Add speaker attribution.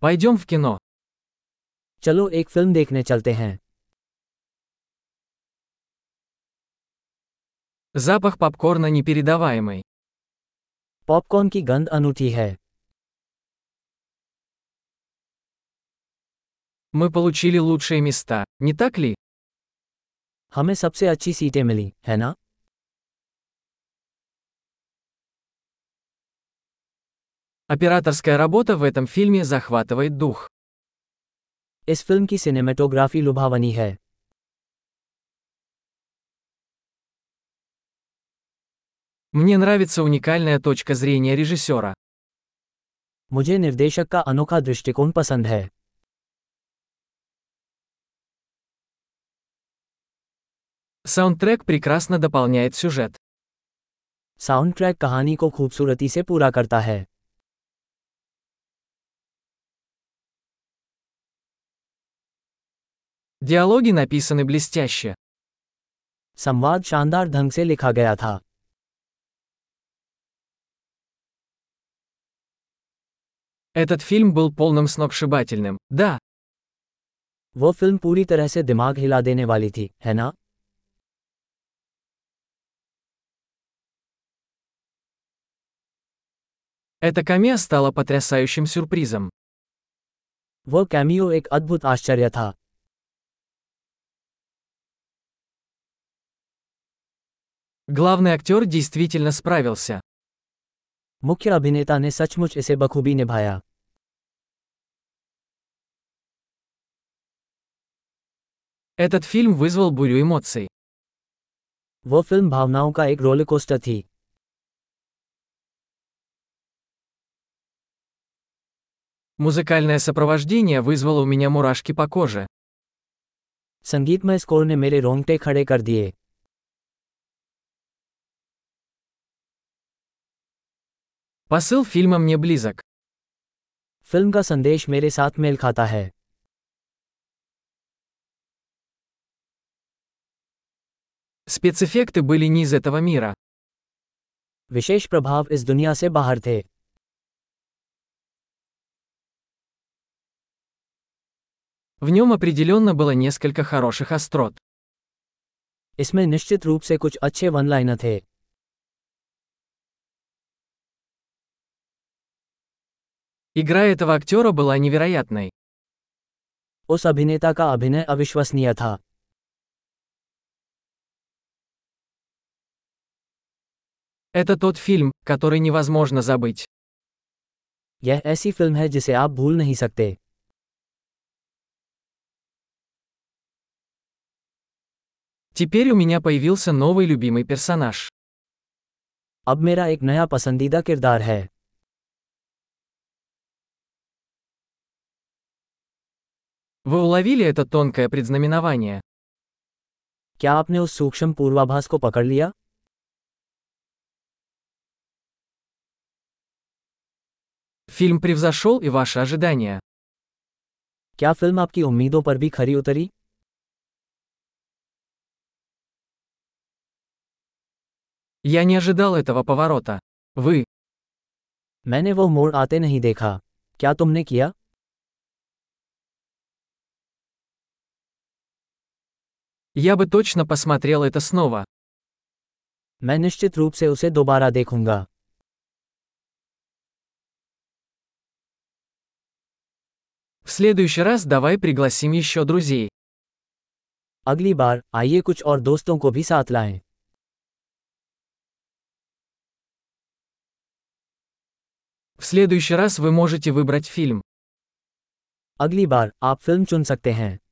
Speaker 1: Пойдем в кино.
Speaker 2: चलो एक फिल्म देखने चलते हैं
Speaker 1: Запах попкорна непередаваемый.
Speaker 2: पॉपकॉर्न की गंध अनूठी है
Speaker 1: Мы получили лучшие места, не так ли?
Speaker 2: हमें सबसे अच्छी सीटें मिली है ना
Speaker 1: Операторская работа в этом фильме захватывает дух.
Speaker 2: इस फिल्म की सिनेमेटोग्राफी लुभावनी है
Speaker 1: Мне нравится уникальная точка зрения режиссера.
Speaker 2: मुझे निर्देशक का अनोखा दृष्टिकोण पसंद है
Speaker 1: Саундтрек прекрасно дополняет сюжет.
Speaker 2: साउंड ट्रैक कहानी को खूबसूरती से पूरा करता है
Speaker 1: Диалоги написаны блестяще.
Speaker 2: संवाद शानदार ढंग से लिखा गया था
Speaker 1: Этот фильм был полным сногсшибательным. Да,
Speaker 2: वो फिल्म पूरी तरह से दिमाग हिला देने वाली थी है ना
Speaker 1: это камея стало потрясающим сюрпризом.
Speaker 2: वो कैमियो एक अद्भुत आश्चर्य था
Speaker 1: Главный актер действительно справился.
Speaker 2: मुख्य अभिनेता ने सचमुच इसे बखूबी निभाया
Speaker 1: Этот фильм вызвал бурю эмоций.
Speaker 2: वो फिल्म भावनाओं का एक रोलकोस्टर थी
Speaker 1: Музыкальное сопровождение вызвало у меня мурашки по коже.
Speaker 2: संगीतमय स्कोर ने मेरे रोंगटे खड़े कर दिए
Speaker 1: Посыл фильма мне близок.
Speaker 2: फिल्म का संदेश मेरे साथ मेल खाता है
Speaker 1: Спецэффекты были не из этого мира.
Speaker 2: विशेष प्रभाव इस दुनिया से बाहर थे
Speaker 1: В нем определенно было несколько хороших острот.
Speaker 2: इसमें निश्चित रूप से कुछ अच्छे वन लाइनर थे
Speaker 1: Игра этого актера была невероятной.
Speaker 2: उस अभिनेता का अभिनय अविश्वसनीय था
Speaker 1: Это тот фильм, который невозможно забыть.
Speaker 2: यह ऐसी फिल्म है जिसे आप भूल नहीं सकते
Speaker 1: Теперь у меня появился новый любимый персонаж.
Speaker 2: अब मेरा एक नया पसंदीदा किरदार है
Speaker 1: Вы уловили это тонкое предзнаменование?
Speaker 2: क्या आपने उस सूक्ष्म पूर्वाभास को पकड़ लिया
Speaker 1: Фильм превзошел и ваши ожидания.
Speaker 2: क्या फिल्म आपकी उम्मीदों पर भी खरी उतरी
Speaker 1: Я не ожидал этого поворота. Вы.
Speaker 2: मैंने वो मोड़ आते नहीं देखा क्या तुमने किया
Speaker 1: Я бы точно посмотрел это снова.
Speaker 2: मैं निश्चित रूप से उसे दोबारा देखूंगा
Speaker 1: В следующий раз давай пригласим еще друзей.
Speaker 2: अगली बार आइए कुछ और दोस्तों को भी साथ लाएं
Speaker 1: В следующий раз вы можете выбрать фильм.
Speaker 2: अगली बार आप फिल्म चुन सकते हैं